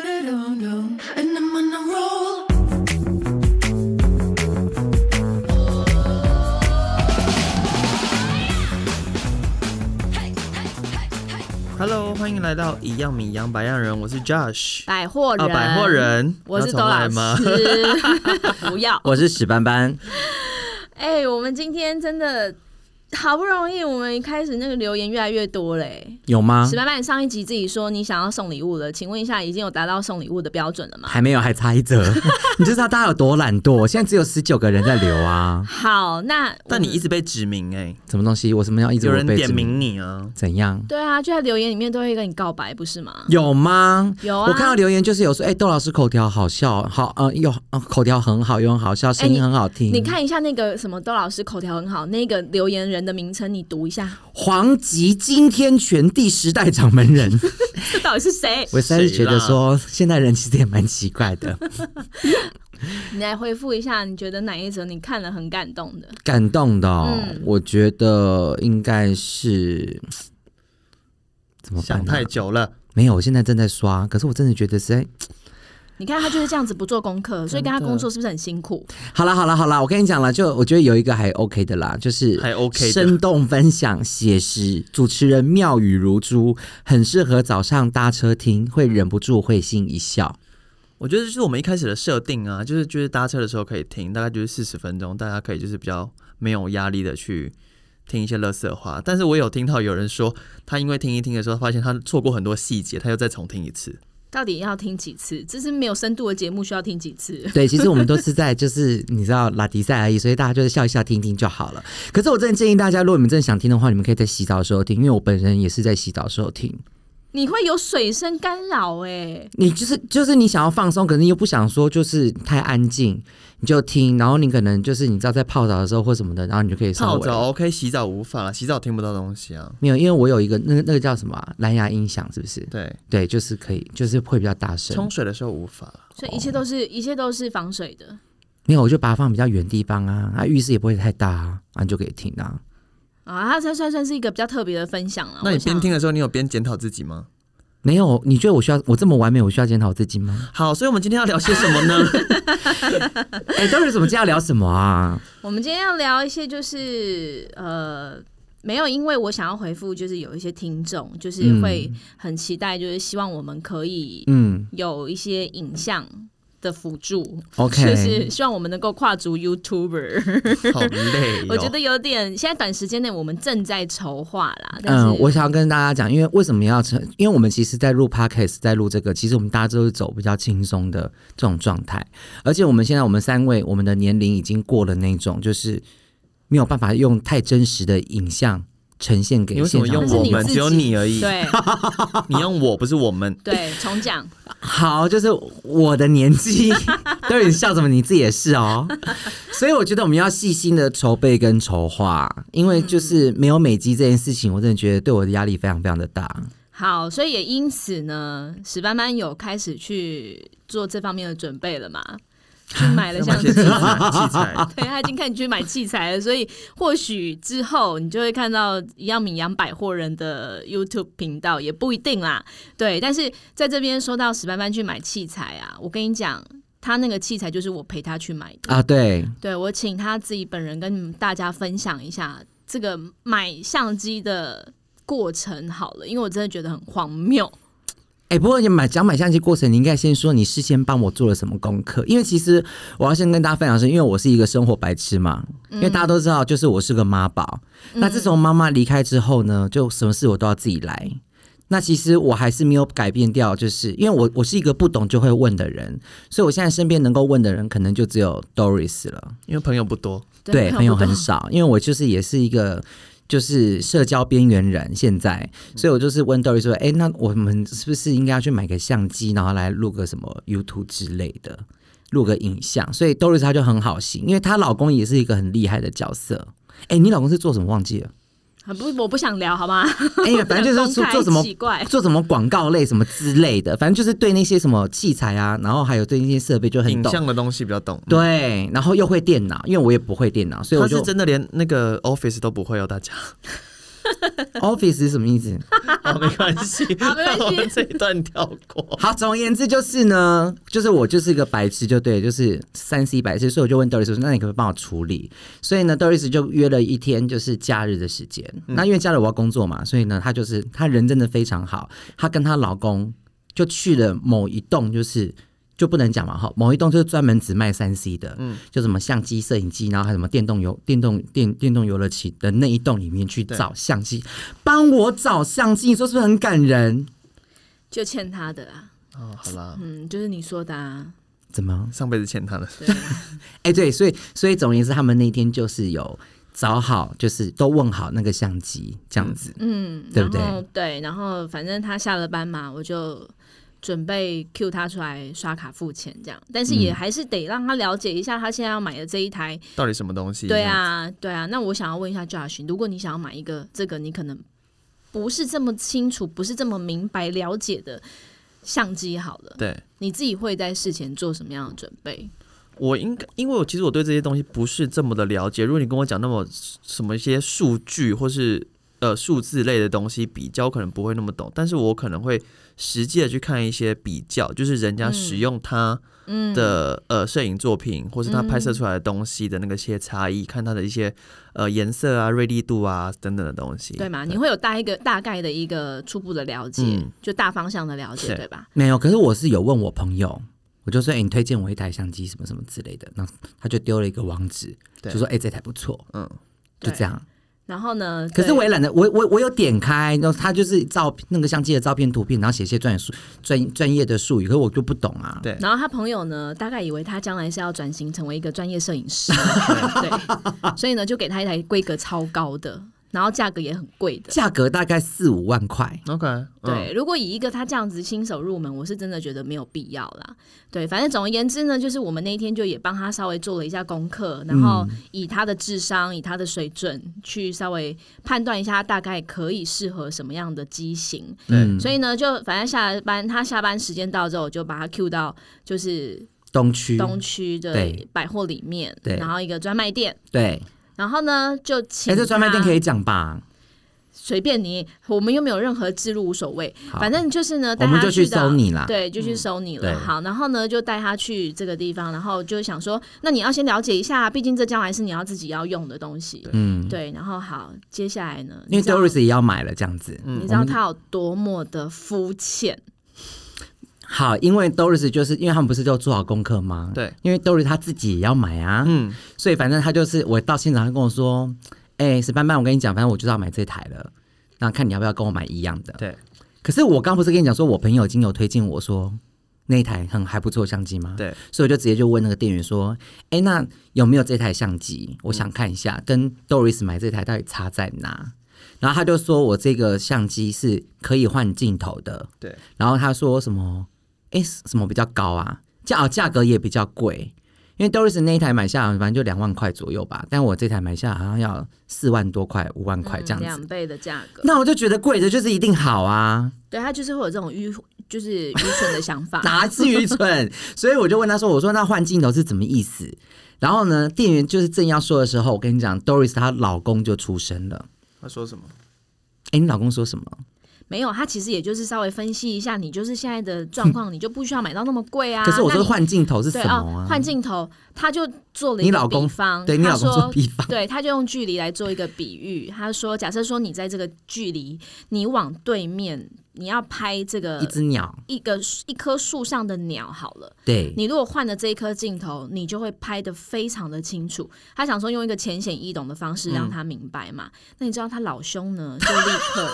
And I'm on a roll. Hello，欢迎来到一样米养百样人，我是 Josh 百货啊，人，百货，人，我是要窦重老来吗？师， 不要。我是史斑斑，哎、我们今天真的好不容易，我们一开始那个留言越来越多欸嘞、有吗啊史？班班，你上一集自己说你想要送礼物了，请问一下，已经有达到送礼物的标准了吗？还没有，还差一折。 你就知道大家有多懒惰。现在只有十九个人在留啊，好，那但你一直直被指名哎、什么东西？我什么要一直有人被点指名你啊，怎样？对啊，就在留言里面都会跟你告白，不是吗？有吗？有啊我看到留言就是有说，哎、窦老师口条好笑，好，呃，又、呃口条很好，又很好哎笑，声你音很好听。你看一下那个什么窦老师口条很好，那个留言人的名称你读一 下，黄吉今天全第十代掌门 人，这到底是谁？我实在是觉谁得啦说，现代人其实也蛮奇 怪的。你来回复一下，你觉得哪一则你看了很感动的？感动的、哦嗯我觉得应该是怎么办想呢、太久了。没有，我现在正在刷，可是我真的觉得实在你看他就是这样子不做功课，所以跟他工作是不是很辛苦？好啦好啦好啦，我跟你讲啦，就我觉得有一个还 OK 的啦，就是还 OK 的生动分享、写实，主持人妙语如珠，很适合早上搭车听，会忍不住会心一笑。我觉得就是我们一开始的设定啊，就是就是搭车的时候可以听，大概就是四十分钟，大家可以就是比较没有压力的去听一些乐色话。但是我有听到有人说，他因为听一听的时候，发现他错过很多细节，他又再重听一次。到底要听几次？这是没有深度的节目，需要听几次？ 对，其实我们都是在就是你知道拉迪赛而已，所以大家就是笑一笑、听听就好了。可是我真的建议大家，如果你们真的想听的话，你们可以在洗澡的时候听，因为我本人也是在洗澡的时候听。你会有水声干扰哎、你就是就是你想要放松，可是你又不想说就是太安静，你就听，然后你可能就是你知道在泡澡的时候或什么的，然后你就可以稍泡微澡 OK，洗澡无法了，洗澡听不到东西啊。没有，因为我有一个那个那个叫什么啊、蓝牙音响，是不是？对，对，就是可以，就是会比较大声冲。水的时候无法啦。所以一切都哦是、一切都是防水的。没有，我就把它放比较远地方啊，啊，浴室也不会太大啊，啊，你就可以听啊。啊，它才算算是一个比较特别的分享了。那你我想边听的时候，你有边检讨自己吗？没有，你觉得我需要我这么完美，我需要检讨自 己吗？好，所以我们今天要聊些什么呢？哎，到底怎么这样聊什么啊？我们今天要聊一些就是呃。没有，因为我想要回复，就是有一些听众，嗯就是会很期待，就是希望我们可以嗯有一些影像的辅助， ，OK，就是希望我们能够跨足 YouTuber。 好累、哦，我觉得有点，现在短时间内我们正在筹划啦，但是、嗯，我想要跟大家讲，因为为什么要成？因为我们其实，在录 podcast，在录这个，其实我们大家都是走比较轻松的这种状态，而且我们现在我们三位，我们的年龄已经过了那种，就是没有办法用太真实的影像呈现给你为什现么场用的那是我你们？自只有己你而已。 对 你用我，不是我们。对重讲，好，就是我的年纪， 都你笑什么？你自己也是哦。所以我觉得我们要细心的筹备跟筹划，因为就是没有美肌这件事情，我真的觉得对我的压力非常非常的大。好，所以也因此呢，史班班有开始去做这方面的准备了嘛，去买了干嘛相 一些机 器。材，器材对他已经看你去买器材了，所以或许之后你就会看到一样米阳百货人的 YouTube 频道，也不一定啦。对，但是在这边说到史班班去买器材啊，我跟你讲，他那个器材就是我陪他去买的。啊，对，对我请他自己本人跟你们大家分享一下这个买相机的过程好了，因为我真的觉得很荒谬。哎、不过你买讲买相机过程，你应该先说你事先帮我做了什么功课，因为其实我要先跟大家分享的是，因为我是一个生活白痴嘛，因为大家都知道，就是我是个妈宝。那自从妈妈离开之后呢，就什么事我都要自己来。那其实我还是没有改变掉，就是因为我我是一个不懂就会问的人，所以我现在身边能够问的人，可能就只有 Doris 了。 因为朋友不多，对，朋友不懂很少，因为我就是也是一个就是社交边缘人，现在，嗯所以我就是问 Dory 说，哎、那我们是不是应该要去买个相机，然后来录个什么 YouTube 之类的，录个影像？所以 Doris 她就很好心，因为她老公也是一个很厉害的角色。哎、你老公是做什么忘记了？很不，我不想聊好吗？ 哎、呀，反正就是做做什么公开奇怪，做什么广告类什么之类的，反正就是对那些什么器材啊，然后还有对那些设备就很影懂。像的东西比较懂。对，然后又会电脑，因为我也不会电脑，所以他我就是真的连那个 Office 都不会哦，大家 Office 是什么意思？ 好，没关 系，好没关系那我们这一段跳过。好，总而言之就是呢，就是我就是一个白痴，就对，就是三 C 白痴，所以我就问 Doris 说：“那你可不可以帮我处理？”所以呢，Doris 就约了一天，就是假日的时间。那因为假日我要工作嘛，所以呢，她就是她人真的非常好，她跟她老公就去了某一栋，就是。就不能讲嘛哈，某一栋就是专门只卖三 C 的，嗯，就什么相机、摄影机，然后还有什么电动游、电动电电动游乐器的那一栋里面去找相机，帮我找相机，你说是不是很感人？就欠他的啊，哦，好啦，嗯，就是你说的啊，怎么？上辈子欠他的，对，哎、对，所以所以总而言之，他们那天就是有找好，就是都问好那个相机这样子。嗯，对不对然后对，然后反正他下了班嘛，我就准备 Q 他出来刷卡付钱这样，但是嗯也还是得让他了解一下他现在要买的这一台。到底什么东西？对，啊，对啊。那我想要问一下 Josh，如果你想要买一个这个，你可能不是这么清楚，不是这么明白了解的相机，好了，对你自己会在事前做什么样的准备？我应该，因为我其实我对这些东西不是这么的了解。如果你跟我讲那么什么一些数据或是呃数字类的东西比较，我可能不会那么懂，但是我可能会实际的去看一些比较，就是人家使用它嗯，的、呃摄影作品，或是它拍摄出来的东西的那个些差嗯异，看它的一些呃颜色啊、锐利度啊等等的东西。对嘛？你会有大一个大概的一个初步的了解，嗯就大方向的了解，是对吧？没有，可是我是有问我朋友，我就说：“哎、你推荐我一台相机什么什么之类的。”那他就丢了一个网址，对就说：“哎、这台不错。嗯，”就对这。样。然后呢？可是对我也懒得，我我我有点开，然后他就是照那个相机的照片、图片，然后写一些专业术专专业的术语，可是我就不懂啊。对然后他朋友呢，大概以为他将来是要转型成为一个专业摄影 师，对，所以呢，就给他一台规格超高的，然后价格也很贵的。价格大概四五万块， ，OK，嗯对，如果以一个他这样子新手入门，我是真的觉得没有必要啦。对，反正总而言之呢，就是我们那一天就也帮他稍微做了一下功课，然后嗯以他的智商、以他的水准去稍微判断一下，他大概可以适合什么样的机型。嗯对所以呢，就反正下了班，他下班时间到之后，我就把他 Q 到就是东区东区的对百货里面，对然后一个专卖店，对。然后呢就请哎、这专卖店可以以讲吧？随便你，我们又没有任何记录，无所谓，好反正就是呢，带我们他就去到搜你啦。对，就去收你了。啊嗯对好，然后呢，就带他去这个地方，然后就想说，那你要先了解一下，毕竟这将来是你要自己要用的东西。嗯，对，然后好，接下来呢，因你为知道 Doris 嗯也要买了这样子。嗯你知道他有多么的肤浅？好，因为 Doris 就是因为他们不是就做好功课吗？，对，因为 Doris 她自己也要买啊，嗯，所以反正她就是我到现场，她跟我说：“哎、史班班，我跟你讲，反正我就是要买这台了，那看你要不要跟我买一样的。”对，可是我刚不是跟你讲说，我朋友已经有推荐我说那一台很还不错的相机吗？对，所以我就直接就问那个店员说：“哎、那有没有这台相机？我嗯想看一下，跟 Doris 买这台到底差在哪？”然后他就说：“我这个相机是可以换镜头的。”对，然后他说什么？哎、什么比较高啊？价哦，价格也比较贵。因为 Doris 那一台买下来，反正就两万块左右吧，但我这台买下来好像要四万多块、五万块嗯这样子。两倍的价格，那我就觉得贵的就是一定好 啊。对他就是会有这种迂，就是愚蠢的想法。 哪是愚蠢？所以我就问他说：“我说那换镜头是怎么意思？”然后呢，店员就是正要说的时候，我跟你讲，Doris 她老公就出声了。他说什么？哎，你老公说什么？没有，他其实也就是稍微分析一下，你就是现在的状况，你就不需要买到那么贵啊。可是我那说你换镜头是什对么哦啊？，换镜头，他就做了一你个老比公方，对你他老公说做比方，对，他就用距离来做一个比喻。他说，假设说你在这个距离，你往对面，你要拍这个一只嗯鸟，一个一棵树上的鸟好了。对，你如果换了这一颗镜头，你就会拍得非常的清楚。他想说用一个浅显易懂的方式让他明白嘛。那你知道他老兄呢，就立刻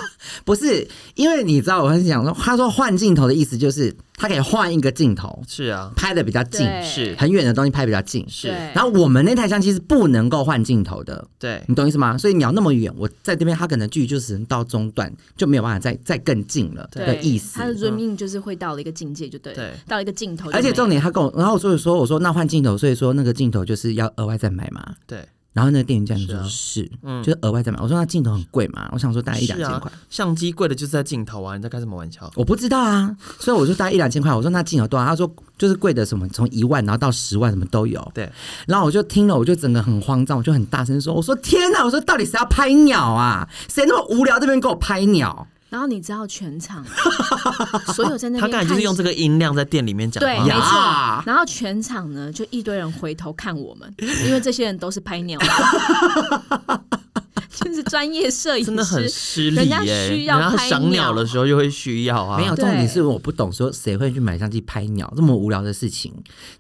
不是因为你知道，我很想说，他说换镜头的意思就是他可以换一个镜头，是啊，拍的比较近，对是很远的东西拍比较近。是对，然后我们那台相机是不能够换镜头的，对，你懂意思吗？所以鸟那么远，我在这边，它可能距离就只能到中段，就没有办法再再更近了的对意思他。的 zoom in 就是会到了一个境界，就对了，对到了一个镜头就没有，而且重点，他跟我，然后我就说，我说那换镜头，所以说那个镜头就是要额外再买嘛。对，然后那个店员这样说：“是啊是，就是额外再买。”我说：“那镜头很贵嘛？”我想说大概一两千块是。啊，相机贵的就是在镜头啊，你在开什么玩笑？我不知道啊，所以我就大概一两千块。我说那镜头多少？他说就是贵的什么，从一万然后到十万什么都有。对，然后我就听了，我就整个很慌张，我就很大声说：“我说天啊哪！我说到底谁要拍鸟啊？谁那么无聊这边给我拍鸟？然后你知道全场所有在那他边看，刚才就是用这个音量在店里面讲对，话没呀错。然后全场呢，就一堆人回头看我们， 因为这些人都是拍鸟 的，就是专业摄影师，真的很失礼人耶、家需要人家拍赏鸟鸟的时候就会需要啊，没有，对重点是我不懂，说谁会去买相机拍鸟这么无聊的事情。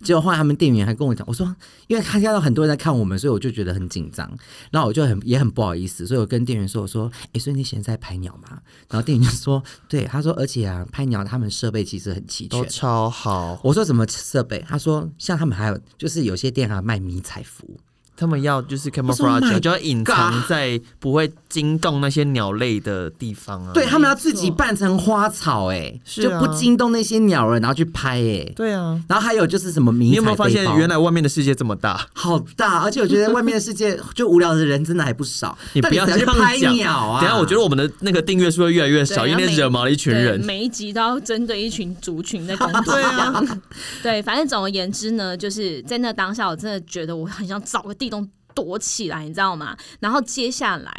结果后来他们店员还跟我讲，我说，因为他看到很多人在看我们，所以我就觉得很紧张，然后我就很也很不好意思，所以我跟店员说，我说，哎、所以你现在在拍鸟吗？然后店员就说，对，他说，而且啊，拍鸟他们设备其实很齐全都。超好。我说什么设备？他说像他们还有就是有些店还有卖迷彩服，他们要就是说 camouflage，啊，My 就要隐藏 God 在不会惊动那些鸟类的地方啊。对他们要自己没错扮成花草、哎、是就啊不惊动那些鸟儿，然后去拍、哎。对啊，然后还有就是什么迷彩你有没有发现背包原来外面的世界这么大？好大，而且我觉得外面的世界 就无聊的人真的还不少。你不要到这底样谁去讲。拍鸟啊！等一下我觉得我们的那个订阅数会越来越少，对因为惹毛了一群对人。每一集都要针对一群族群在攻 击。对啊， 对，反正总而言之呢，就是在那当下，我真的觉得我很想找个地洞躲起来，你知道吗？然后接下 来。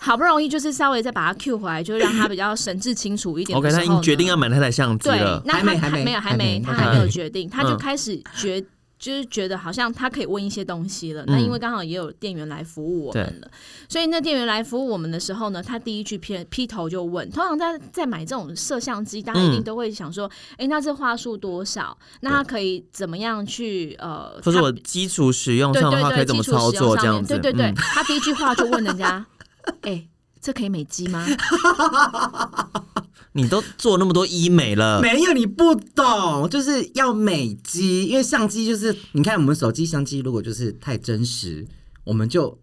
好不容易就是稍微再把它 Q 回来，就让他比较神志清楚一点的 OK，时他候已呢。经决定要买那台相机对了，。那他还没他还没有，还还没，没他嗯还没有决定，他就嗯开始觉，就是觉得好像他可以问一些东西嗯了。那因为刚好也有店员来服务我们了，所以那店员来服务我们的时候呢，他第一句劈劈头就问，通常在在买这种摄像机，大家一定嗯都会想说，哎，那这话术多少？那他可以怎么样去呃？或者他我基础使用对上的话对可以对，怎基么础操使用作这上样面，子？对对对嗯，他第一句话就问 人家，哎，这可以美肌吗？你都做那么多医美了，没有你不懂，就是要美肌，因为相机就是你看我们手机相机，如果就是太真实，我们就。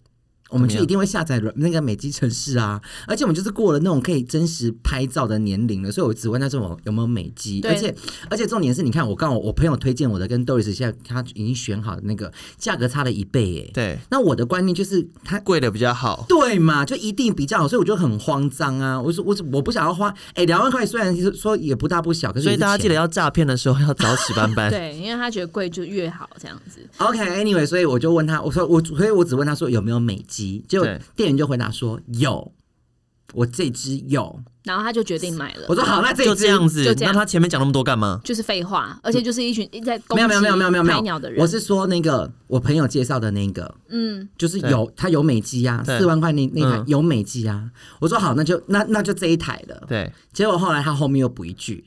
我们怎么就样一定会下载软那个美肌城市啊，而且我们就是过了那种可以真实拍照的年龄了，所以我只问他这种有没有美肌，对而且而且重点是，你看我刚好我朋友推荐我的跟 Doris 现在他已经选好的那个价格差了一倍耶，对，那我的观念就是他贵的比较好。对嘛，就一定比较好，所以我就很慌张啊！我说我我不想要花，哎、两万块虽然说也不大不小，可是所以大家记得要要诈骗的时候要找史斑斑。 对，因为他觉得贵就越好这样子。 OK anyway，所以我就问他，我说我所以我只问他说有没有美肌，结果对店员就回答说有，我这只有，然后他就决定买了。我说好，那这一就只这样子就这那样他前面讲那么多干嘛？就是废话，而且就是一群一直在攻没击有没有没有没有没有没拍鸟有的，人。我是说那个我朋友介绍的那个，嗯，就是对有他有美肌啊，对四万块那那台嗯有美肌啊，我说好，那就那那就这一台了，对结果后来他后面又补一句，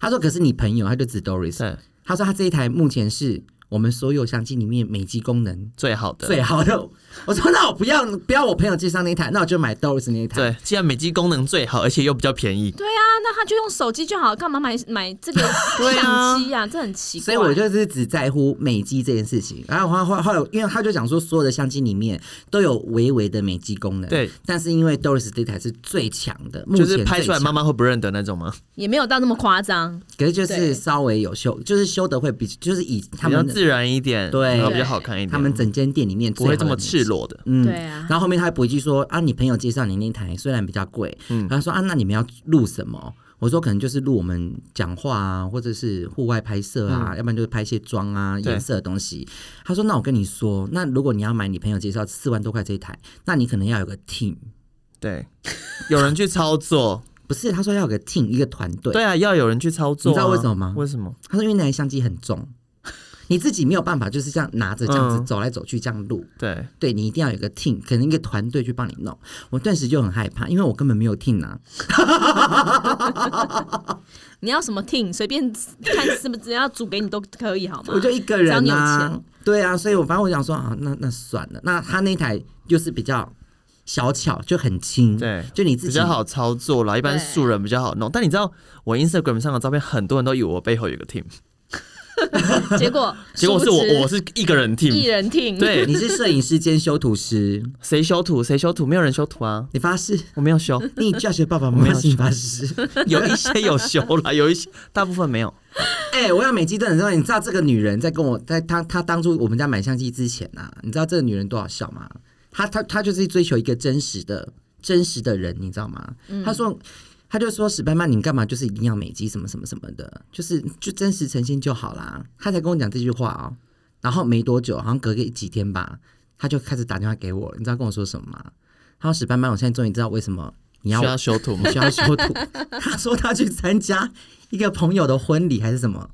他说：“可是你朋友，他就指 Doris，对，他说他这一台目前是我们所有相机里面美肌功能最好的。最好的。” 我说：“那我不要不要我朋友介绍那一台，那我就买 Doris 那一台。”对，既然美肌功能最好，而且又比较便宜，对啊，那他就用手机就好，干嘛买买这个对啊相机啊？这很奇怪。所以我就是只在乎美肌这件事情。然后后后后来，因为他就讲说，所有的相机里面都有微微的美肌功能。对，但是因为 Doris 这台是最强的，目就前是拍出来最强妈妈会不认得那种吗？也没有到那么夸张。可是就对是稍微有修，就是修的会比就是以他比较们自然一点，对然后比较好看一点，他们整间店里面不最会好这么的美赤肌裸的。嗯对啊然后后面他还补一句说啊，你朋友介绍你那台虽然比较贵，嗯，他说啊，那你们要录什么？我说可能就是录我们讲话啊，或者是户外拍摄啊，要不然就是拍一些妆啊、嗯对颜色的东西。他说那我跟你说，那如果你要买你朋友介绍四万多块这一台，那你可能要有个 team，对， 有人去操作，不是？他说要有个 team 一个团队。对啊，要有人去操作啊。你知道为什么吗为什么？他说因为那台相机很重，你自己没有办法就是这样拿着这样嗯子走来走去这样录。对，对你一定要有个 team，可能一个团队去帮你弄。我顿时就很害怕，因为我根本没有 team 啊。你要什么 team，随便看是不是只要组给你都可以，好吗？我就一个只要人你有啊钱，对啊，所以我反正我想说啊，那那算了。那他那台就是比较小巧，就很轻，对就你自比己较。好操作啦，一般对 素人比较好弄。但你知道，我 Instagram 上的照片，很多人都以为我背后有个 team，结 果结果是殊不知我我是一个人一 team，人听，对你，是摄影师兼修图师，谁修图谁修图，没有人修图啊，你发誓，我没有 修，你 judge 爸 爸妈妈是你发誓。有一些有修啦，有一些大部分没有。哎、我要美肌真的很重要。你知道这个女人在跟我在她她当初我们家买相机之前啊，你知道这个女人多好笑吗？她她她就是追求一个真实的真实的人，你知道吗？她说。她就说史班曼，你干嘛就是一定要美肌什么什么什么的，就是就真实呈现就好啦。她才跟我讲这句话哦，然后没多久，好像隔个几天吧，她就开始打电话给我了。你知道跟我说什么吗？她说史班曼，我现在终于知道为什么你要需要修图吗你？需要修 图。他说他去参加一个朋友的婚礼还是什么，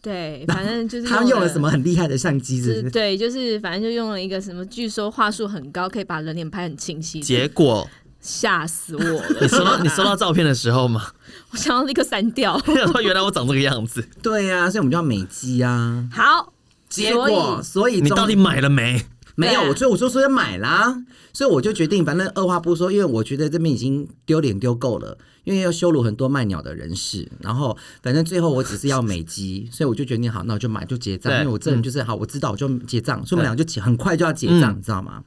对，反正就是他用了什么很厉害的相机，是是不是？对，就是反正就用了一个什么，据说话术很高，可以把人脸拍很清晰的，结果吓死我了！你收到你收到照片的时候吗？ 我想要立刻删掉。我想说原来我长这个样子，对呀、所以我们就要美肌啊。好，结果，所以你终到底买了没？没对有？啊我所以我就说要买啦，所以我就决定，反正二话不说，因为我觉得这边已经丢脸丢够了，因为要羞辱很多卖鸟的人士。然后反正最后我只是要美 肌，所以我就决定好，那我就买就结账，对嗯因为我这人就是好，我知道我就结账，所以我们俩就结很快就要结账，你知道吗？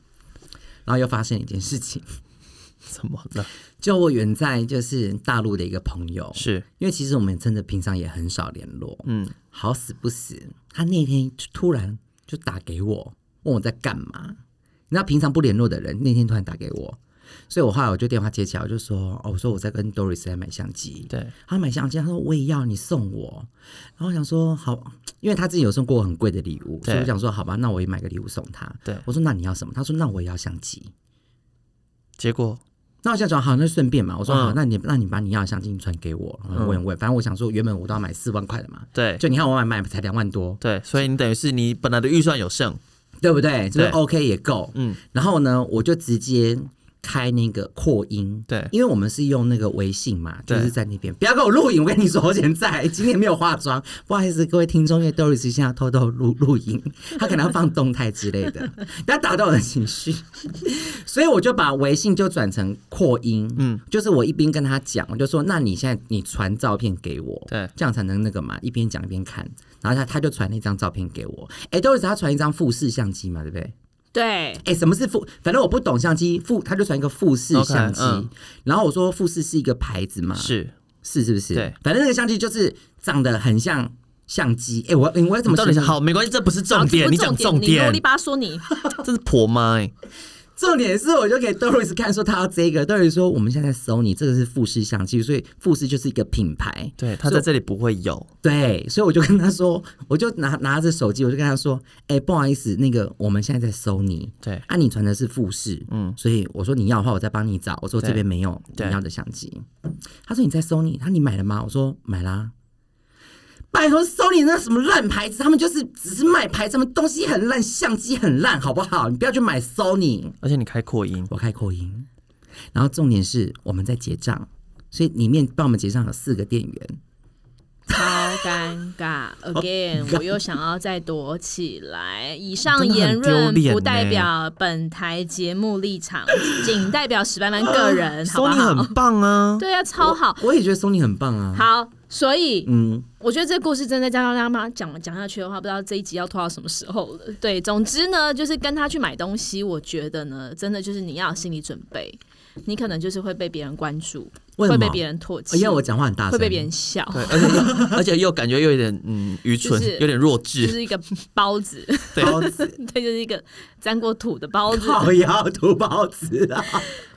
然后又发生一件事情。怎么了？就我远在就是大陆的一个朋友，是因为其实我们真的平常也很少联络，嗯嗯，好死不死，他那天就突然就打给我，问我在干嘛。你知道平常不联络的人，那天突然打给我，所以我后来我就电话接起来，我就说，哦，我说我在跟 Doris 在买相机，对，他买相机，他说我也要，你送我。然后我想说好，因为他自己有送过我很贵的礼物，对所以我想说好吧，那我也买个礼物送他。对我说那你要什么？他说那我也要相机。结果那我想讲好，那顺便嘛，我说好，嗯那你那你把你要的相机传给我，然后问一问，反正我想说，原本我都要买四万块的嘛，对就你看我买买才两万多，对，所以你等于是你本来的预算有剩，对不对？就对是 OK 也够，嗯嗯。然后呢，我就直接开那个扩音，对因为我们是用那个微信嘛，就对是在那边不要给我录影，我跟你说，我现在今天没有化妆，不好意思，各位听众，因为 Doris 现在偷偷录录影，他可能要放动态之类 的，不要打断我的情绪，所以我就把微信就转成扩音，嗯，就是我一边跟他讲，我就说，那你现在你传照片给我，对这样才能那个嘛，一边讲一边看。然后他他就传了一张照片给我，哎、都是他传一张富士相机嘛，对不对？对，哎、什么是富？反正我不懂相机，富他就传一个富士相机 OK，嗯然后我说富士是一个牌子嘛，是是是不是？对，反正那个相机就是长得很像相机。哎、我诶我要怎么到底是形容好没关系，这不是重点，好你这不讲重重点，你啰点里，吧嗦你。 这是婆妈哎，重点是，我就给 Doris 看说他要这个，Doris 说我们现在在 Sony 这个是富士相机，所以富士就是一个品牌。对，她在这里不会有，对，所以我就跟他说，我就拿拿着手机，我就跟他说，哎、不好意思，那个我们现在在 Sony，对啊，你传的是富士，嗯，所以我说你要的话，我再帮你找。我说对这边没有你对要的相机，他说你在 Sony，他说你买了吗？我说买啦、拜托，Sony 那什么烂牌子，他们就是只是卖牌子，他们东西很烂，相机很烂，好不好？你不要去买 Sony。而且你开扩音，我开扩音，然后重点是我们在结账，所以里面帮我们结账有四个店员。超尴尬，again，我 又想要再躲起来。以上真的很言论丢脸不代呢表本台节目立场，仅代表史班班个人，好不 Sony 好？很棒啊， 对啊，超好，我也觉得 Sony 很棒啊。好。所以，嗯，我觉得这个故事真的加上他妈讲讲下去的话，不知道这一集要拖到什么时候了。 对，总之呢，就是跟他去买东西，我觉得呢，真的就是你要有心理准备，你可能就是会被别人关注，为什会么被别人唾弃，因为哦我讲话很大声，会被别人笑，对，而且又而且又感觉又有点嗯愚蠢就是，有点弱就智，是一个包子， 包子，对，就是一个沾过土的包子。好要土包子 啊！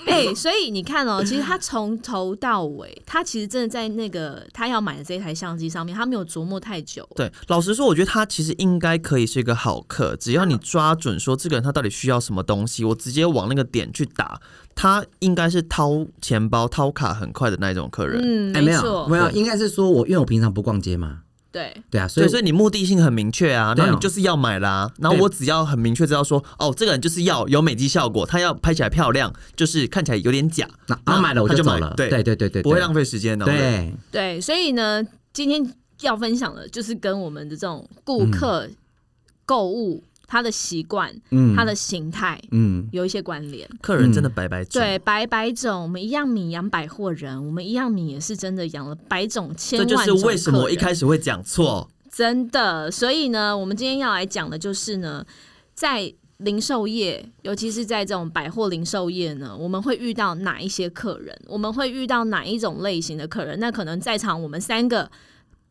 哎、所以你看哦，其实他从头到尾，他其实真的在那个他要买的这一台相机上面，他没有琢磨太久。对，老实说，我觉得他其实应该可以是一个好客，只要你抓准说这个人他到底需要什么东西，我直接往那个点去打，他应该是掏钱包、掏卡很快的那一种客人。嗯，哎没没有错，没有，应该是说我因为我平常不逛街嘛，对，对啊，所所以以，所以你目的性很明确啊，对然啊后你就是要买啦。然后对我只要很明确知道说，哦，这个人就是要有美肌效果，他要拍起来漂亮，就是看起来有点假，那然后买了我他就就走买了，对对对对对，不会浪费。费时间的。哦对，对，所以呢，今天要分享的就是跟我们的这种嗯顾客购物、他的习惯、嗯，他的形态嗯，有一些关联。客人真的白白种对，百百种，我们一样米养百货人，我们一样米也是真的养了百种千这万就种是为什么客我一人开始会讲错，真的，所以呢，我们今天要来讲的就是呢，在零售业，尤其是在这种百货零售业呢，我们会遇到哪一些客人？我们会遇到哪一种类型的客人？那可能在场我们三个，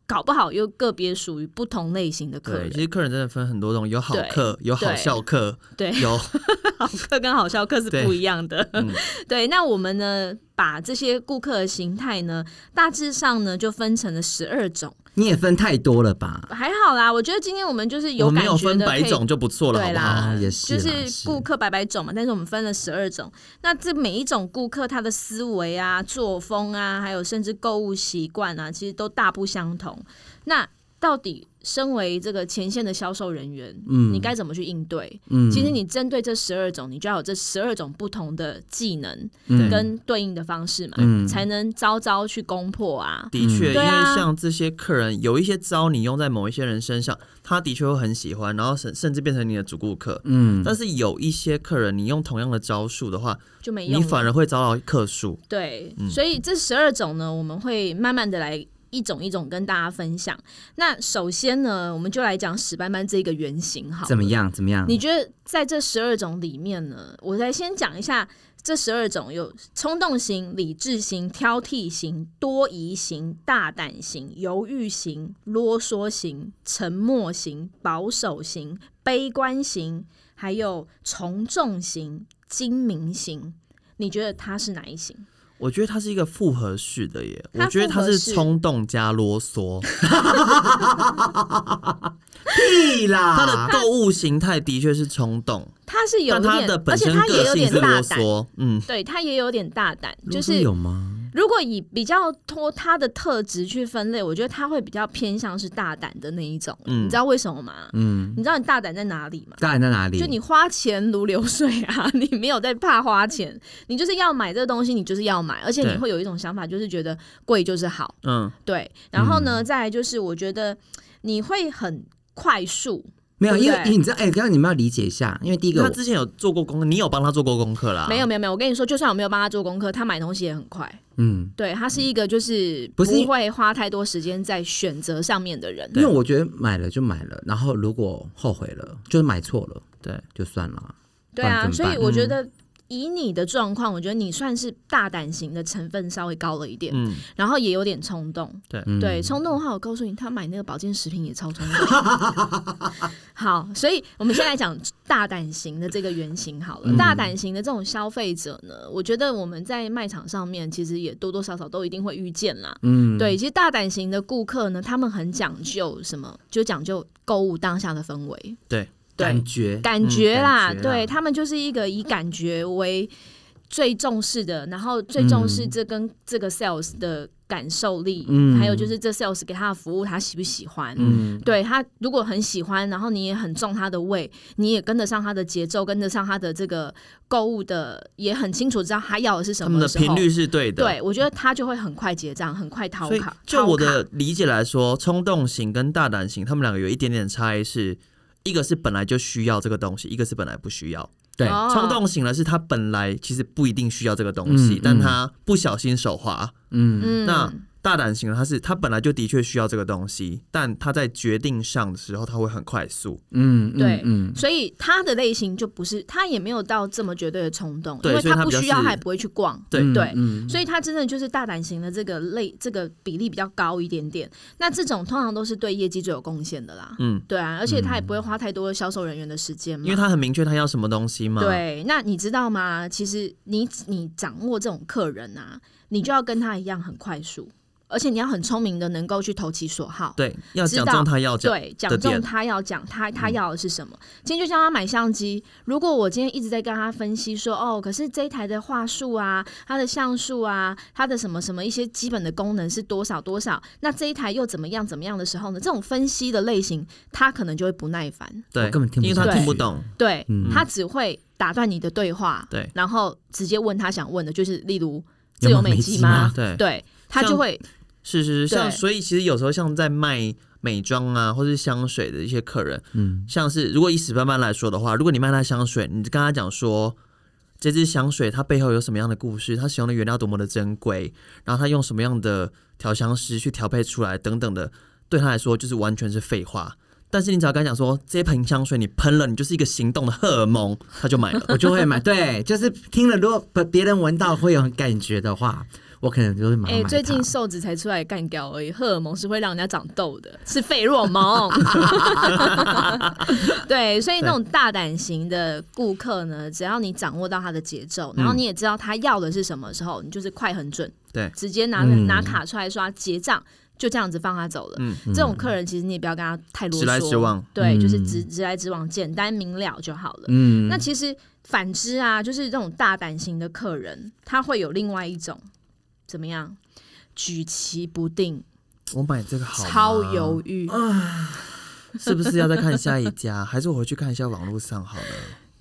搞不好又个别属于不同类型的客对，人其。实客人真的分很多种，有好对客，有好对笑客，对， 有好客跟好笑客是对不一样的。嗯 对，那我们呢，把这些顾客的形态呢，大致上呢就分成了十二种，你也分太多了吧？还好啦。我觉得今天我们就是我有们感没有觉分的，百可以种就不错了，好对不啦好？啊，也就是啦是顾客百百种嘛，但是我们分了十二种。那这每一种顾客他的思维啊、作风啊，还有甚至购物习惯啊，其实都大不相同。那到底身为这个前线的销售人员，嗯你该怎么去应对？嗯其实你针对这十二种，你就要有这十二种不同的技能嗯跟对应的方式嘛，嗯才能招招去攻破啊。的确，因为对啊像这些客人有一些招，你用在某一些人身上，他的确会很喜欢，然后甚甚至变成你的主顾客。嗯，但是有一些客人，你用同样的招数的话，就没用你了。反而会遭到客数。对，嗯所以这十二种呢，我们会慢慢的来一种一种跟大家分享。那首先呢，我们就来讲史斑斑这一个原型好，怎么？样？怎么样？你觉得在这十二种里面呢，我来先讲一下这十二种有冲动型、理智型、挑剔型、多疑型、大胆型、犹豫型、啰嗦型、沉默型、保守型、悲观型，还有从众型、精明型。你觉得它是哪一型？我觉得它是一个复合式的耶，它我觉得它复合是式冲动加啰嗦，啊屁啦！它的购物形态的确是冲动，他是有但一它点的，本而且身他也个性有点是大啰胆，嗦，嗯，对他也有点大胆。如就果是有吗？如果以比较脱他的特质去分类，我觉得他会比较偏向是大胆的那一种。嗯你知道为什么吗？嗯，你知道你大胆在哪里吗？大人在哪里？就你花钱如流水啊， 你没有在怕花钱， 你就是要买这个东西，你就是要买，而且对你会有一种想法，就是觉得贵就是好，嗯，对。然后呢，再来就是我觉得你会很快速，没有，对不因为对因为你知道，哎，刚刚你们要理解一下，因为第一个他我之前有做过功课，你有帮他做过功课啦？没有没有没有，我跟你说，就算我没有帮他做功课，他买东西也很快。嗯。对他是一个就是不是因会花太多时间在选择上面的人。因为我觉得买了就买了，然后如果后悔了，就是买错了对，就算了。对啊，不然怎所么办以我觉得以你的状况，我觉得你算是大胆型的成分稍微高了一点，嗯，然后也有点冲动。嗯，对，冲动的话，我告诉你，他买那个保健食品也超冲动。 好，所以我们先来讲大胆型的这个原型好嗯了。大胆型的这种消费者呢，我觉得我们在卖场上面其实也多多少少都一定会遇见啦。嗯，对，其实大胆型的顾客呢，他们很讲究什么？就讲究购物当下的氛围，对，对感，觉感觉啦，嗯感觉啦对他们就是一个以感觉为最重视的，然后最重视嗯这跟这个 sales 的感受力，嗯还有就是这 sales 给他的服务，他喜不喜欢？嗯对他如果很喜欢，然后你也很重他的胃，你也跟得上他的节奏，跟得上他的这个购物的，也很清楚知道他要的是什他们么的时候频。率是对的，对，我觉得他就会很快结账，很快掏所以卡。就我掏卡的理解来说，冲动型跟大胆型，他们两个有一点点差异是。一个是本来就需要这个东西，一个是本来不需要。对哦冲动型呢，是他本来其实不一定需要这个东西，嗯但嗯他不小心手滑。嗯嗯那大胆型呢，他是他本来就的确需要这个东西，但他在决定上的时候，他会很快速。嗯嗯对嗯所以他的类型就不是，他也没有到这么绝对的冲动，对因为所以他不比较需要，是他也不会去逛。对嗯对嗯所以他真的就是大胆型的这个类，这个比例比较高一点点。那这种通常都是对业绩最有贡献的啦。嗯，对啊，而且他也不会花太多销售人员的时间嘛。因为他嗯很明确他要什么东西嘛。，对，那你知道吗？其实你你掌握这种客人啊，你就要跟他一样很快速，而且你要很聪明的能够去投其所好。对，要知讲道中他要讲。对，讲中点他要讲他他要的是什么。今天就像他买相机，如果我今天一直在跟他分析说，哦，可是这一台的话术啊，它的像素啊，它的什么什么一些基本的功能是多少多少，那这一台又怎么样怎么样的时候呢？这种分析的类型，他可能就会不耐烦，对，我根本听不因为他下听去不懂。对、嗯他只会打断你的对话，对然后直接问他想问的，就是例如这有没有美美肌肌吗吗？对对他就像会是是是，像对所以其实有时候像在卖美妆啊，或是香水的一些客人，嗯像是如果以史斑斑来说的话，如果你卖他香水，你跟他讲说这支香水它背后有什么样的故事，它使用的原料多么的珍贵，然后它用什么样的调香师去调配出来等等的，对他来说就是完全是废话。但是你只要跟他讲说，这盆香水你喷了，你就是一个行动的荷尔蒙，他就买了。我就会买。 对，就是听了，如果别别人闻到会有感觉的话，我可能就会马上哎、买它。最近瘦子才出来干掉而已，荷尔蒙是会让人家长痘的， 是费洛蒙。 对，所以那种大胆型的顾客呢，只要你掌握到他的节奏，然后你也知道他要的是什么时候，你就是快很准，对，直接拿、嗯拿卡出来刷结账。就这样子放他走了，嗯这种客人其实你也不要跟他太啰嗦，直来直往对，就是嗯直直来直往，简单明了就好了。嗯那其实反之啊，就是这种大胆型的客人，他会有另外一种怎么样？举棋不定，我买这个好吗超犹，豫。是不是要再看下一家？ 还是我回去看一下网络上好了？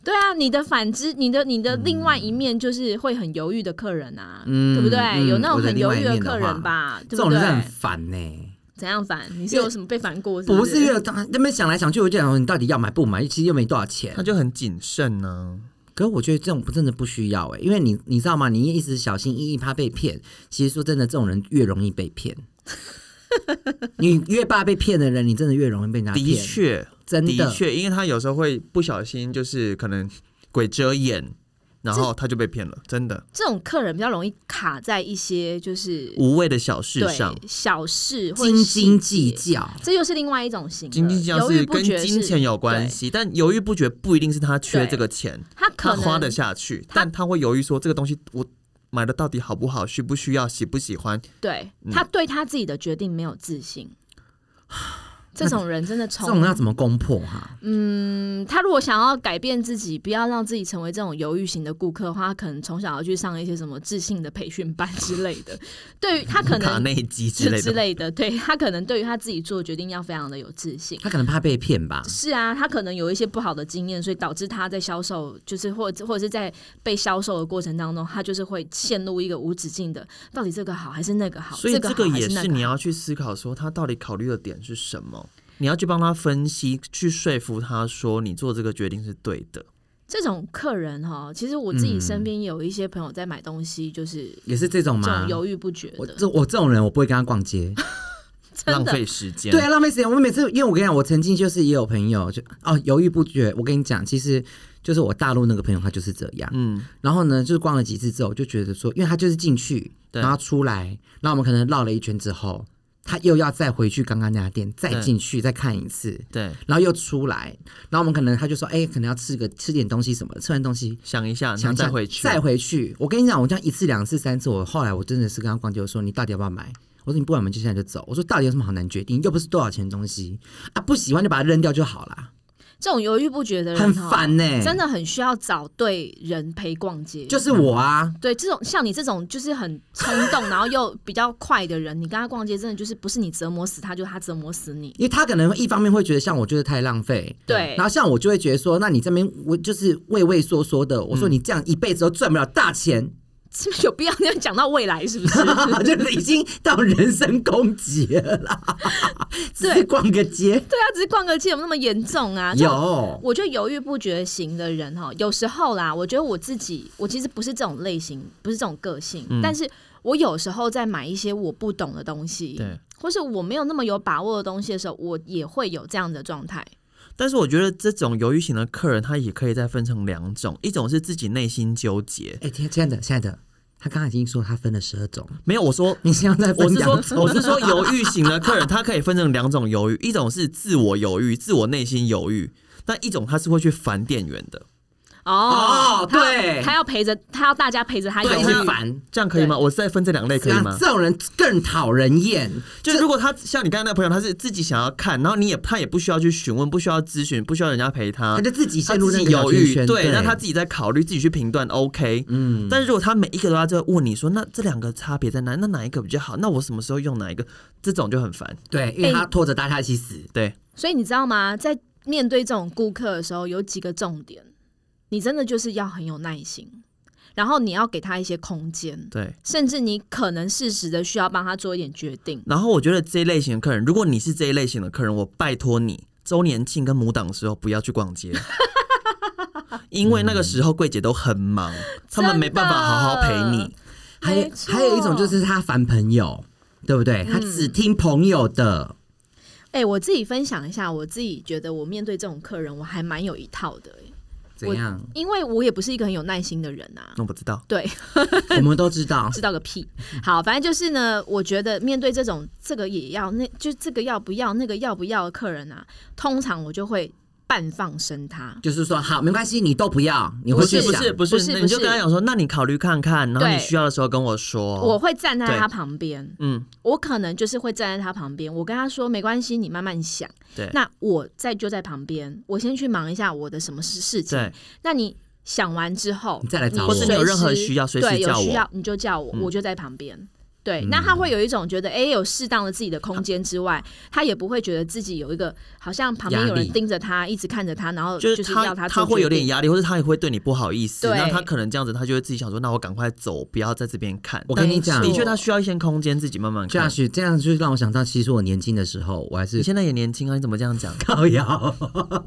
对啊，你的反之，你的你的另外一面就是会很犹豫的客人啊，嗯对不对？嗯有那种我的很犹另外豫一面的客人吧，这对不种人是很对？烦呢、怎样烦？你是有什么被烦过是不不是因为当那边想来想去，我就想说你到底要买不买？其实又没多少钱他。就很谨慎呢、可是我觉得这种真的不需要哎、因为你你知道吗？你一直小心翼翼怕被骗，其实说真的，这种人越容易被 骗。你越怕被骗的人，你真的越容易被人家的骗。确，真的的确，因为他有时候会不小心，就是可能鬼遮眼，然后他就被骗了，真的这种客人比较容易卡在一些就是无谓的小事上。对小事或者斤斤细计节，较，这又是另外一种型了。斤斤计较犹豫是不跟决金是钱有关对系，但犹豫不决不一定是他缺这个钱，他他可能花得下去，但他会犹豫说这个东西我买的到底好不好，需不需要，喜不喜欢。对嗯他对他自己的决定没有 自信。这种人真的这种从人要怎么攻破哈、嗯，他如果想要改变自己，不要让自己成为这种犹豫型的顾客的话，他可能从小要去上一些什么自信的培训班之类的。 对于他可卡能内基之之类之的，类的，对他可能对于他自己做的决定要非常的有自信。他可能怕被骗吧。是啊，他可能有一些不好的经验，所以导致他在销售，就是或者或者是在被销售的过程当中，他就是会陷入一个无止境的，到底这个好还是那个好？所以这这个个好还也那是个你好要去思考说他到底考虑的点是什么，你要去帮他分析，去说服他说你做这个决定是对的。这种客人哈，其实我自己身边有一些朋友在买东西，就是也是这种这嗯吗种？犹豫不决我的，这我这种人，我不会跟他逛街。真浪的费时间。对啊，浪费时间。我每次，因为我跟你讲，我曾经就是也有朋友就哦犹豫不决。我跟你讲，其实就是我大陆那个朋友，他就是这样。嗯，然后呢，就是逛了几次之后，我就觉得说，因为他就是进去，对然后出来，那我们可能绕了一圈之后，他又要再回去刚刚那家店，再对进去再看一次，对，然后又出来，然后我们可能他就说，哎、可能要吃个吃点东西什么的，吃完东西想一下，想想一下再回去，再回去。我跟你讲，我这样一次、两次、三次，我后来我真的是跟他逛街，我说你到底要不要买？我说你不买，我们就现在就走。我说到底有什么好难决定？又不是多少钱的东西啊，不喜欢就把它扔掉就好啦。这种犹豫不决的人很哈烦呢真的很需要找对人陪逛街。就是我啊，对这种像你这种就是很冲动，然后又比较快的人，你跟他逛街真的就是不是你折磨死他，就是他折磨死你。因为他可能一方面会觉得像我就是太浪费，对然后像我就会觉得说，那你这边我就是畏畏缩缩的。嗯我说你这样一辈子都赚不了大钱，是不是有必要那样讲到未来？是不是？ 就是已经到人身攻击了啦。只是逛个街，对啊，只是逛个街有那么严重啊？这种有我觉得犹豫不决型的人哈，有时候啦，我觉得我自己，我其实不是这种类型，不是这种个性，但是我有时候在买一些我不懂的东西，对，或是我没有那么有把握的东西的时候，我也会有这样的状态。但是我觉得这种犹豫型的客人，他也可以再分成两种，一种是自己内心纠结，哎，亲爱的，亲爱的，他刚刚已经说他分了十二种，没有我说。 你现在再我分是两说，我是说， 犹豫型的客人，他可以分成两种犹豫，一种是自我犹豫，自我内心犹豫；那一种他是会去烦店员的，哦哦他对他要陪着，他要大家陪着他犹对，啊豫很。烦。这样可以吗？我再分这两类可以那吗？这种人更讨人厌，就如果他像你刚才那个朋友，他是自己想要看，然后你也他也不需要去询问，不需要咨询，不需要人家陪他他，就自己啊他陷入自那己个小犹圈豫，圈。对，那他自己在考虑，自己去评断，OK。嗯，但是如果他每一个都要这样问你说，那这两个差别在哪？那哪一个比较好？那我什么时候用哪一个？这种就很烦。对，因为哎他拖着大家一起死。对，所以你知道吗？在面对这种顾客的时候，有几个重点，你真的就是要很有耐心，然后你要给他一些空间，对。甚至你可能适时的需要帮他做一点决定。然后我觉得这一类型的客人，如果你是这一类型的客人，我拜托你，周年庆跟母党的时候不要去逛 街。因为那个时候柜姐都很忙，他们没办法好好陪真你的。还有没错嗯还有一种就是他烦朋友，对不对？他只听朋友的，哎、我自己分享一下，我自己觉得我面对这种客人，我还蛮有一套的、哎怎样？因为我也不是一个很有耐心的人啊。我不知道，对， 我们都知道，知道个屁。好，反正就是呢，我觉得面对这种这个也要，那就这个要不要，那个要不要的客人啊，通常我就会半放生他。就是说好，没关系，你都不要，你回去不想。是不是不是那不你是就跟他讲说，那你考虑看看，然后对你需要的时候跟我说。我会站在哦对他旁边，嗯，我可能就是会站在他旁边，我跟他说没关系，你慢慢想。对那我在就在旁边，我先去忙一下我的什么事事情。对，那你想完之后，你再来找你我或是你有随任何时需要随时对有叫需我要你就叫我，嗯我就在旁边。对，那他会有一种觉得，哎、有适当的自己的空间之外，他也不会觉得自己有一个好像旁边有压人力盯着他，一直看着他，然后就是是要他做会有决点定。压力，或者他也会对你不好意思，对那他可能这样子，他就会自己想说，那我赶快走，不要在这边看。我跟但你讲的确他需要一些空间，自己慢慢看。 Josh，这样就让我想到，其实我年轻的时候，我还你是？现在也年轻啊，你怎么这样讲 高瑶。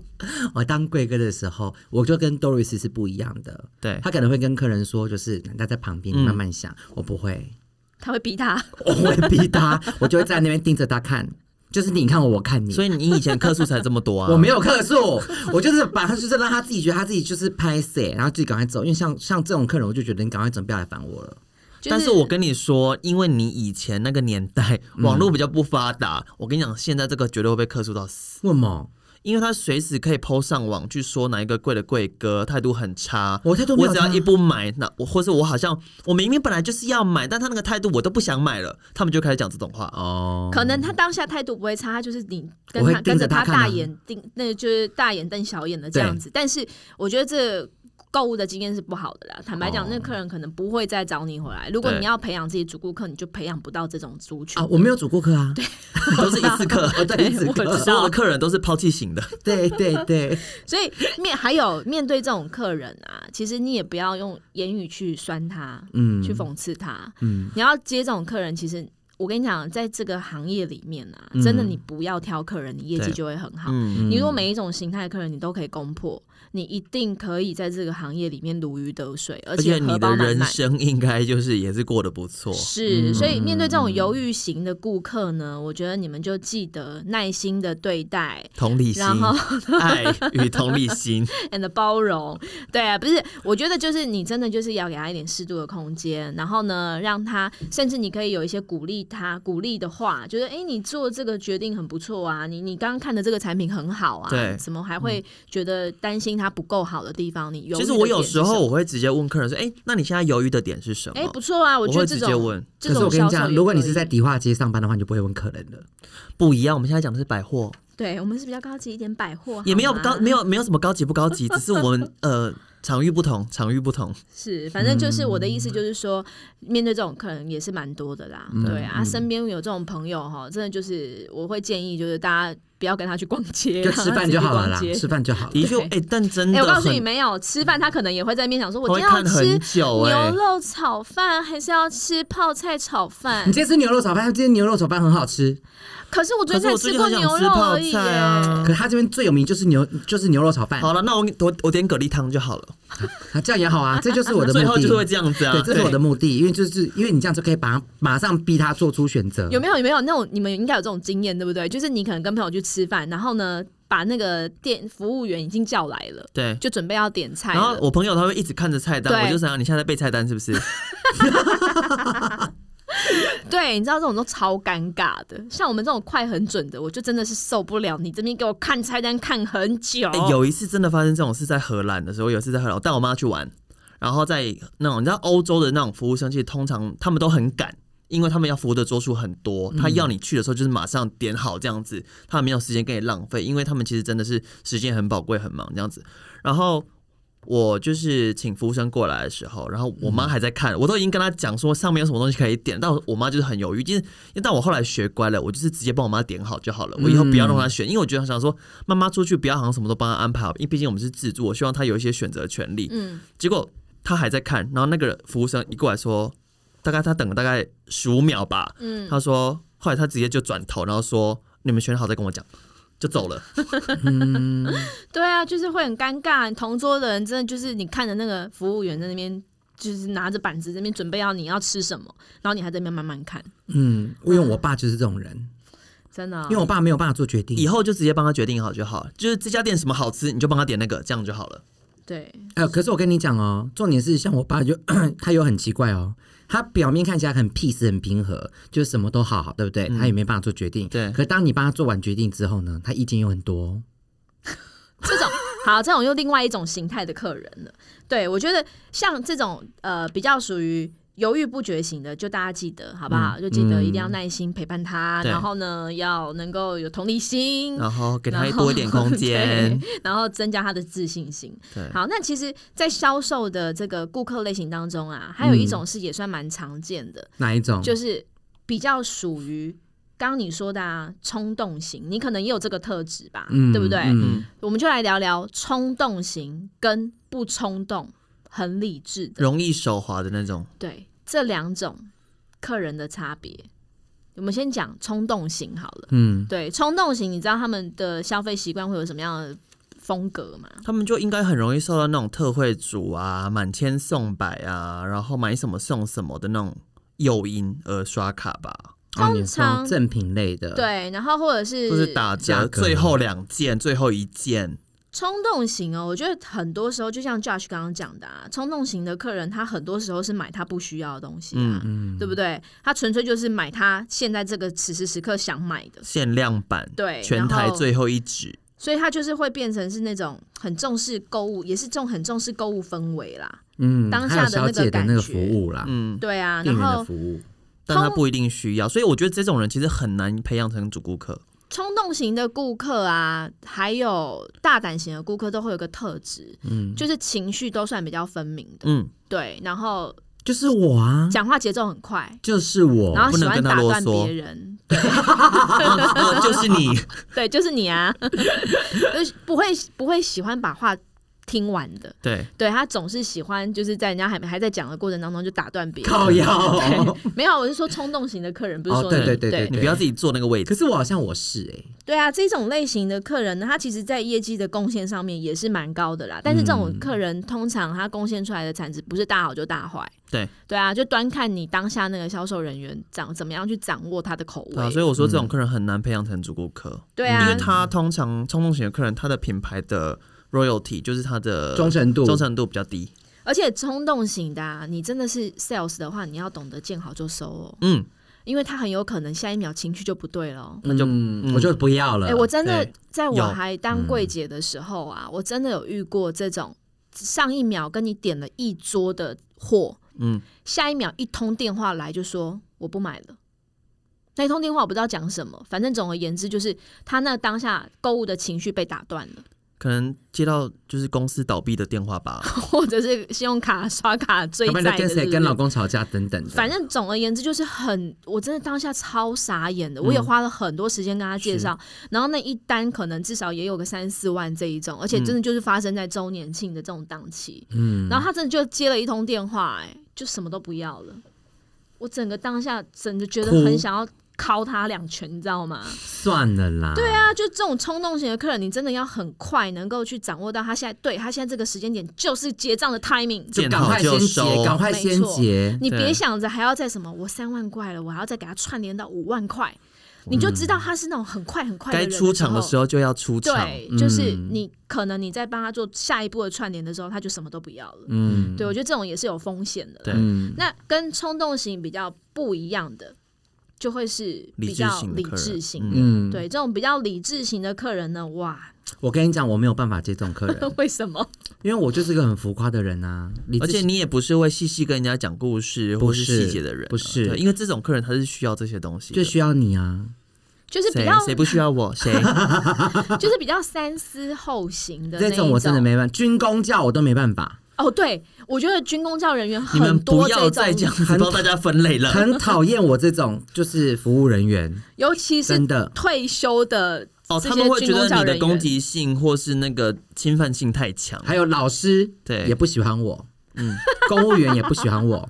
我当贵哥的时候，我就跟 Doris 是不一样的。对他可能会跟客人说，就是大家在旁边，你嗯慢慢想。我不会， 他会逼他，我会逼他，我就会在那边盯着他看，就是你看我，我看你。所以你以前客数才这么多啊？我没有客诉，我就是把他就是让他自己觉得他自己就是拍死，欸然后自己赶快走，因为像像这种客人，我就觉得你赶快走，不要来烦我了。就 但是我跟你说，因为你以前那个年代嗯网络比较不发达，我跟你讲，现在这个绝对会被克数到死，为什么？因为他随时可以 PO 上网去说哪一个贵的贵哥态度很差，我态度没我有只要差一不买，那我或是我好像我明明本来就是要买，但他那个态度我都不想买了，他们就开始讲这种话。哦，可能他当下态度不会差，他就是你跟我会他跟盯着着他看啊大眼盯，那就是大眼瞪小眼的这样子。但是我觉得这购物的经验是不好的啦。坦白讲，哦那客人可能不会再找你回来。如果对你要培养自己主顾客，你就培养不到这种族群啊，我没有主顾客啊， 都是一次 客，对一次我客知所有道的。客人都是抛弃型的。对对对，所以面还有面对这种客人啊，其实你也不要用言语去酸他，嗯去讽刺他。嗯，你要接这种客人，其实我跟你讲，在这个行业里面啊，嗯真的你不要挑客人，你业绩对就会很好。嗯，你如果每一种形态的客人你都可以攻破，你一定可以在这个行业里面如鱼得水，而而且荷你包的满人满。生应该就是也是过得不错。是，所以面对嗯这种犹豫型的顾客呢，我觉得你们就记得耐心的对待 同理心然后、爱与同理心， and 包容。对啊，不是，我觉得就是你真的就是要给他一点适度的空间，然后呢，让他甚至你可以有一些鼓励他鼓励的话，就是诶，你做这个决定很不错啊，你你刚刚看的这个产品很好啊，对嗯怎么还会觉得担心它不够好的地方？ 你犹其豫的实我有点时是什么候我会直接问客人说：“哎、那你现在犹豫的点是什么？”哎、不错啊，我觉得会这直接种问。这可是种我跟你销售讲，也如果你可是以在迪化街上班的话，你就不会问客人了。不一样，我们现在讲的是百货，对我们是比较高级一点百货，也没有好吗高，没有没有什么高级不高级，只是我 们呃场域不同，场域不同。是，反正就是我的嗯意思就是说，面对这种客人也是蛮多的啦，对嗯啊，身边有这种朋友哈，真的就是我会建议就是大家不要跟他去逛街，就让吃他自饭己就好了逛啦，街吃饭就好了。的确，哎、对但真的哎、我告诉很，你，没有吃饭，他可能也会在面想说，我他今会看天要吃很久、哎牛，肉炒饭，还是要吃泡菜炒饭你？今天吃牛肉炒饭，今天牛肉炒饭很好吃，可是我昨可是天我才最近吃过很想牛吃肉泡而已耶、菜啊。可是他这边最有名就是牛，就是牛肉炒饭，好了，那我我我点蛤蜊汤就好了。啊这样也 好啊，这就是我 的最目后就是会的。这样子啊，对，这是我的目的，因为就是因为你这样就可以把马上逼他做出选择。有没有有没有那种你们应该有这种经验对不对？就是你可能跟朋友去吃饭，然后呢把那个店服务员已经叫来了，对。就准备要点菜然后了。我朋友他会一直看着菜单，对我就想你现在在背菜单是不是？对，你知道这种都超尴尬的。像我们这种快很准的，我就真的是受不了。你这边给我看菜单看很久，哎、有一次真的发生这种事，在荷兰的时候，有一次在荷兰，我带我妈去玩，然后在那种你知道欧洲的那种服务生，其实通常他们都很赶，因为他们要服务的桌数很多，他要你去的时候就是马上点好这样子，他没有时间给你浪费，因为他们其实真的是时间很宝贵，很忙这样子。然后我就是请服务生过来的时候，然后我嗯妈还在看，我都已经跟她讲说上面有什么东西可以点，但我妈就是很犹豫，就是但我后来学乖了，我就是直接帮我妈点好就好了，我以后不要嗯让她选，因为我觉得想说妈妈出去不要好像什么都帮她安排好，因为毕竟我们是自助，我希望她有一些选择权利。嗯，结果她还在看，然后那个服务生一过来说，大概她等了大概十五秒吧，嗯她说后来她直接就转头，然后说你们选好再跟我讲，就走了。对啊，就是会很尴尬。同桌的人真的就是你看着那个服务员在那边。就是拿着板子这边准备要你要吃什么，然后你还在那边慢慢看，嗯，因为我爸就是这种人，真的哦、因为我爸没有办法做决定。以后就直接帮他决定好就好，就是这家店什么好吃，你就帮他点那个，这样就好了。对，呃，可是我跟你讲哦，重点是像我爸就 他有很奇怪哦，他表面看起来很 peace 很平和，就是什么都好，对不对？嗯他也没办法做决定。对可当你帮他做完决定之后呢，他意见又很多哦。这种好，这种又另外一种形态的客人了。对我觉得像这种呃比较属于犹豫不决型的，就大家记得好不好？就记得一定要耐心陪伴他，嗯对然后呢要能够有同理心，然后给他嗯然后。多一点空间 对然后增加他的自信心。对，好，那其实，在销售的这个顾客类型当中啊，还有一种是也算蛮常见的，嗯哪一种？就是比较属于刚刚你说的啊，冲动型，你可能也有这个特质吧，嗯对不对？嗯，我们就来聊聊冲动型跟不冲动、很理智的，容易手滑的那种。对这两种客人的差别。我们先讲冲动型好了。嗯对，冲动型，你知道他们的消费习惯会有什么样的风格吗？他们就应该很容易受到那种特惠组啊、满千送百啊，然后买什么送什么的那种诱因而刷卡吧，哦你通说常正品类的，，对，然后或者是呃或是打折价格最后两件、最后一件，冲动型哦，我觉得很多时候就像 Josh 刚刚讲的啊，冲动型的客人他很多时候是买他不需要的东西啊，嗯对不对？他纯粹就是买他现在这个此时此刻想买的，限量版，对，全台然后最后一指。所以他就是会变成是那种很重视购物，也是重很重视购物氛围啦，嗯，当还下有的小那个姐的感那个觉服务啦，嗯，对啊，店然员的后服务，但他不一定需要，所以我觉得这种人其实很难培养成主顾客。冲动型的顾客啊，还有大胆型的顾客都会有个特质，嗯，就是情绪都算比较分明的， 嗯，对，然后就是我啊，讲话节奏很快，就是我然，后不喜能欢跟他打啰断嗦别人，啊就是 你，对，就是你啊， 就是不会不会喜欢把话听完的，对，对他总是喜欢就是在人家还还在讲的过程当中就打断别人。靠腰哦。对没有，啊我是说冲动型的客人，不是哦说对你对对对你不要自己坐那个位 可置。是我好像我是哎、对啊，这种类型的客人呢，他其实在业绩的贡献上面也是蛮高的啦。但是这嗯种客人通常他贡献出来的产值不是大好就大坏。对对啊，就端看你当下那个销售人员掌怎么样去掌握他的口对啊，味。所以我说这种客人很难培养成主顾客，嗯对因为啊，他通常冲动型的客人，他的品牌的 royalty 就是他呃的忠诚度，忠诚度比较低。而且冲动型的、啊，你真的是 sales 的话，你要懂得见好就收哦，嗯，因为他很有可能下一秒情绪就不对了哦。那就嗯嗯我就不要了。哎、我真的对在我有还嗯当柜姐的时候啊，我真的有遇过这种上一秒跟你点了一桌的货，嗯，下一秒一通电话来就说我不买了。那一通电话我不知道讲什么，反正总而言之就是他那当下购物的情绪被打断了， 可能接到就是公司倒闭的电话吧。或者是信用卡刷卡追要不债然就的，跟是谁不跟是老公吵架等等的，反正总而言之，就是很，我真的当下超傻眼的。我嗯也花了很多时间跟他介绍，然后那一单可能至少也有个三四万这一种，而且真的就是发生在周年庆的这种档期。嗯，然后他真的就接了一通电话、哎，就什么都不要了。我整个当下真的觉得哭很想要敲他两拳，你知道吗？算了啦。对啊，那就这种冲动型的客人，你真的要很快能够去掌握到他现在对他现在这个时间点就是结账的 timing。就赶快先见好就结，收赶快先结。你别对想着还要再什么，我三万块了，我还要再给他串联到五万块，你就知道他是那种很快很快的该人出场的时候。候就要出场，对，就是嗯你可能你在帮他做下一步的串联的时候，他就什么都不要了。嗯，对我觉得这种也是有风险的啦。对嗯，那跟冲动型比较不一样的，就会是理比智较型的理客人智型的。嗯，对，这种比较理智型的客人呢，哇， 我跟你讲，我没有办法接这种客人，为什么？ 因为我就是个很浮夸的人啊。理智而且你也不是会细细跟人家讲故事不或是细节的人啊、不是对因为这种客人他是需要这些东西的，就需要你啊，就是比谁较谁 不需要我谁，就是比较三思后行的那这一种我真的种没办法，军工教我都没办法，哦，对，我觉得军工教人员你们很多不这要再这种样，子帮大家分类 了。很讨厌我这种就是服务人员，尤其是真的退休的哦，这他些们会军觉得工教你人的员攻击性或是那个侵犯性太强，还有老师，对也不喜欢我，嗯，公务员也不喜欢我，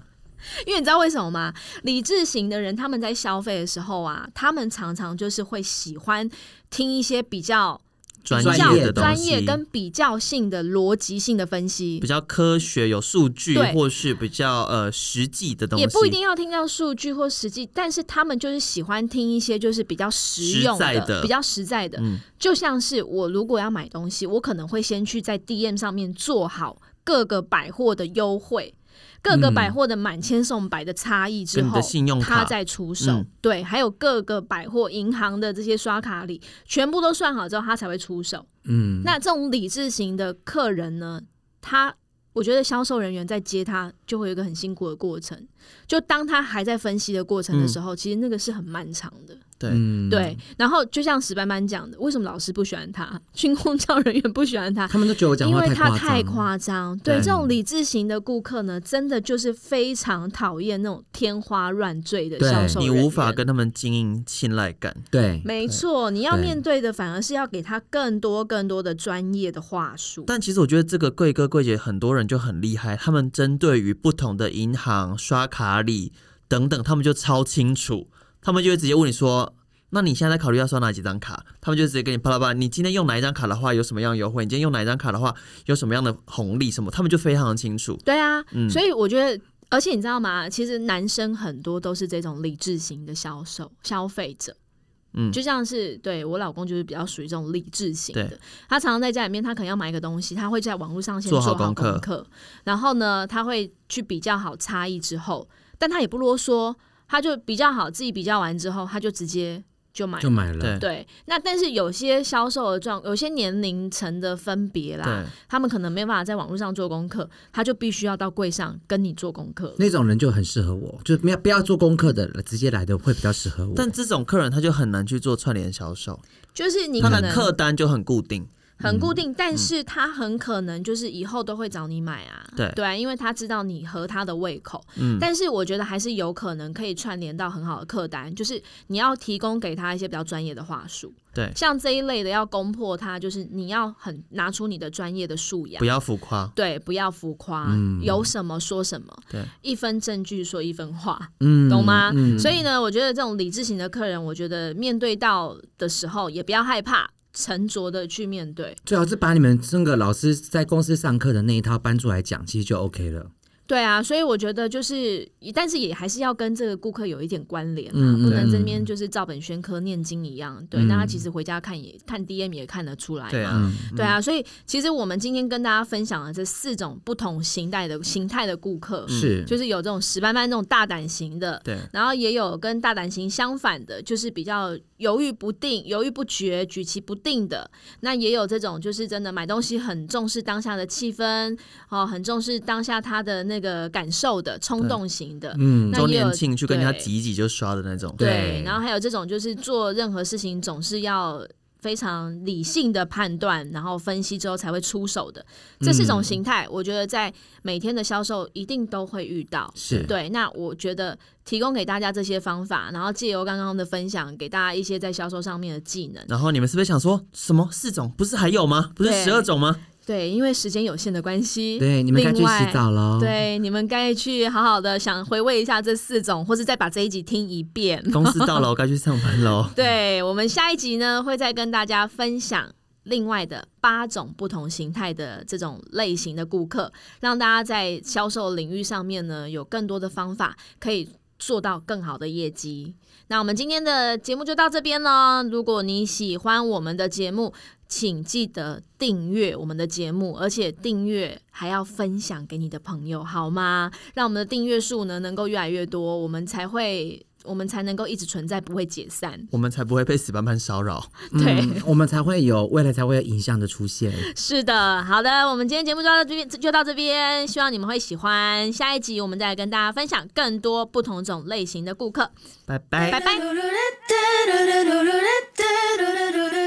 因为你知道为什么吗？理智型的人他们在消费的时候啊，他们常常就是会喜欢听一些比较专专较业业的东专西，业跟比较性的逻辑性的分析比。较科学、有数据，对或是比较呃实际的东西，也不一定要听到数据或实际，但是他们就是喜欢听一些就是比较实用实在的比较实在的。嗯就像是我如果要买东西，我可能会先去在 DM 上面做好各个百货的优惠。各个百货的满千送百的差异之跟你后，的信用卡它再出手，嗯对，还有各个百货银行的这些刷卡礼，全部都算好之后，它才会出手。嗯， 那这种理智型的客人呢，他我觉得销售人员在接他就会有一个很辛苦的过程。就当他还在分析的过程的时候，其实那个是很漫长的。对。嗯，对，然后就像史班班讲的，为什么老师不喜欢他， 军工教人员不喜欢他？他们都觉得我讲因话为他夸太太，夸张，对对这种理智型的顾客呢，真的就是非常讨厌那种天花乱坠的对销售你人员。无法跟他们经营信赖感，对，没错，你要面对的反而是要给他更多更多的专业的话术。但其实我觉得这个贵哥贵姐很多人就很厉害，他们针对于不同的银行、刷卡礼等等，他们就超清楚，他们就会直接问你说：“那你现在在考虑要刷哪几张卡？”他们就直接给你巴拉巴拉，你今天用哪一张卡的话有什么样的优惠？你今天用哪一张卡的话有什么样的红利？什么？他们就非常的清楚。嗯对啊，所以我觉得，而且你知道吗？其实男生很多都是这种理智型的销售消费者。嗯就像是对我老公就是比较属于这种理智型的对，他常常在家里面，他可能要买一个东西，他会在网络上先做好好功课课，然后呢，他会去比较好差异之后，但他也不啰嗦，他就比较好自己比较完之后，他就直接就买了就买了，对对，那但是有些销售的状，有些年龄层的分别啦，对，他们可能没办法在网络上做功课，他就必须要到柜上跟你做功课。那种人就很适合我，就没有不要做功课的，直接来的会比较适合我。但这种客人他就很难去做串联销售，嗯就是你他可的能客单就很嗯固定。很固定，但是他很可能就是以后都会找你买啊，嗯对啊，因为他知道你合他的胃口。嗯但是我觉得还是有可能可以串联到很好的客单，就是你要提供给他一些比较专业的话术，对，像这一类的要攻破他，就是你要很拿出你的专业的素养不。要嗯浮夸。对，不要浮夸，有什么说什么，对，一分证据说一分话，嗯懂吗？所以呢，我觉得这种理智型的客人，我觉得面对到的时候也不要害怕，沉着的去面对。最好是把你们这个老师在公司上课的那一套搬出来讲，其实就 OK 了。对啊，所以我觉得就是，但是也还是要跟这个顾客有一点关联啊，嗯不能对这边就是照本宣科念经一样。对，那他其实回家看也看 DM 也看得出来嘛。对啊，对嗯啊，所以其实我们今天跟大家分享了这四种不同形态的形态的顾客，是嗯就是有这种石斑斑这种大胆型的，对然后也有跟大胆型相反的，就是比较犹豫不定、犹豫不决、举棋不定的。那也有这种就是真的买东西很重视当下的气氛，哦，很重视当下他的那个感受的冲动型的。嗯那周也有年庆去跟人家对挤一挤就刷的那种。对对，然后还有这种就是做任何事情总是要非常理性的判断，然后分析之后才会出手的，这四种形态，我觉得在每天的销售一定都会遇到。是对，那我觉得提供给大家这些方法，然后借由刚刚的分享，给大家一些在销售上面的技能。然后你们是不是想说什么四种？不是还有吗？不是对十二种吗？对，因为时间有限的关系，对，你们该去另外洗澡喽。，对，你们该去好好的想回味一下这四种，或是再把这一集听一遍。。公司到了，我该去上班喽对我们下一集呢，会再跟大家分享另外的八种不同形态的这种类型的顾客，让大家在销售领域上面呢有更多的方法可以。做到更好的业绩。那我们今天的节目就到这边喽。如果你喜欢我们的节目，请记得订阅我们的节目，而且订阅还要分享给你的朋友，好吗？让我们的订阅数呢能够越来越多，我们才会，我们才能够一直存在，不会解散。我们才不会被死板板骚扰。 对，嗯我们才会有未来才会有影像的出现。是的，好的，我们今天节目就到这边，就到这边，希望你们会喜欢。下一集我们再来跟大家分享更多不同种类型的顾客，拜拜拜拜。 Bye bye.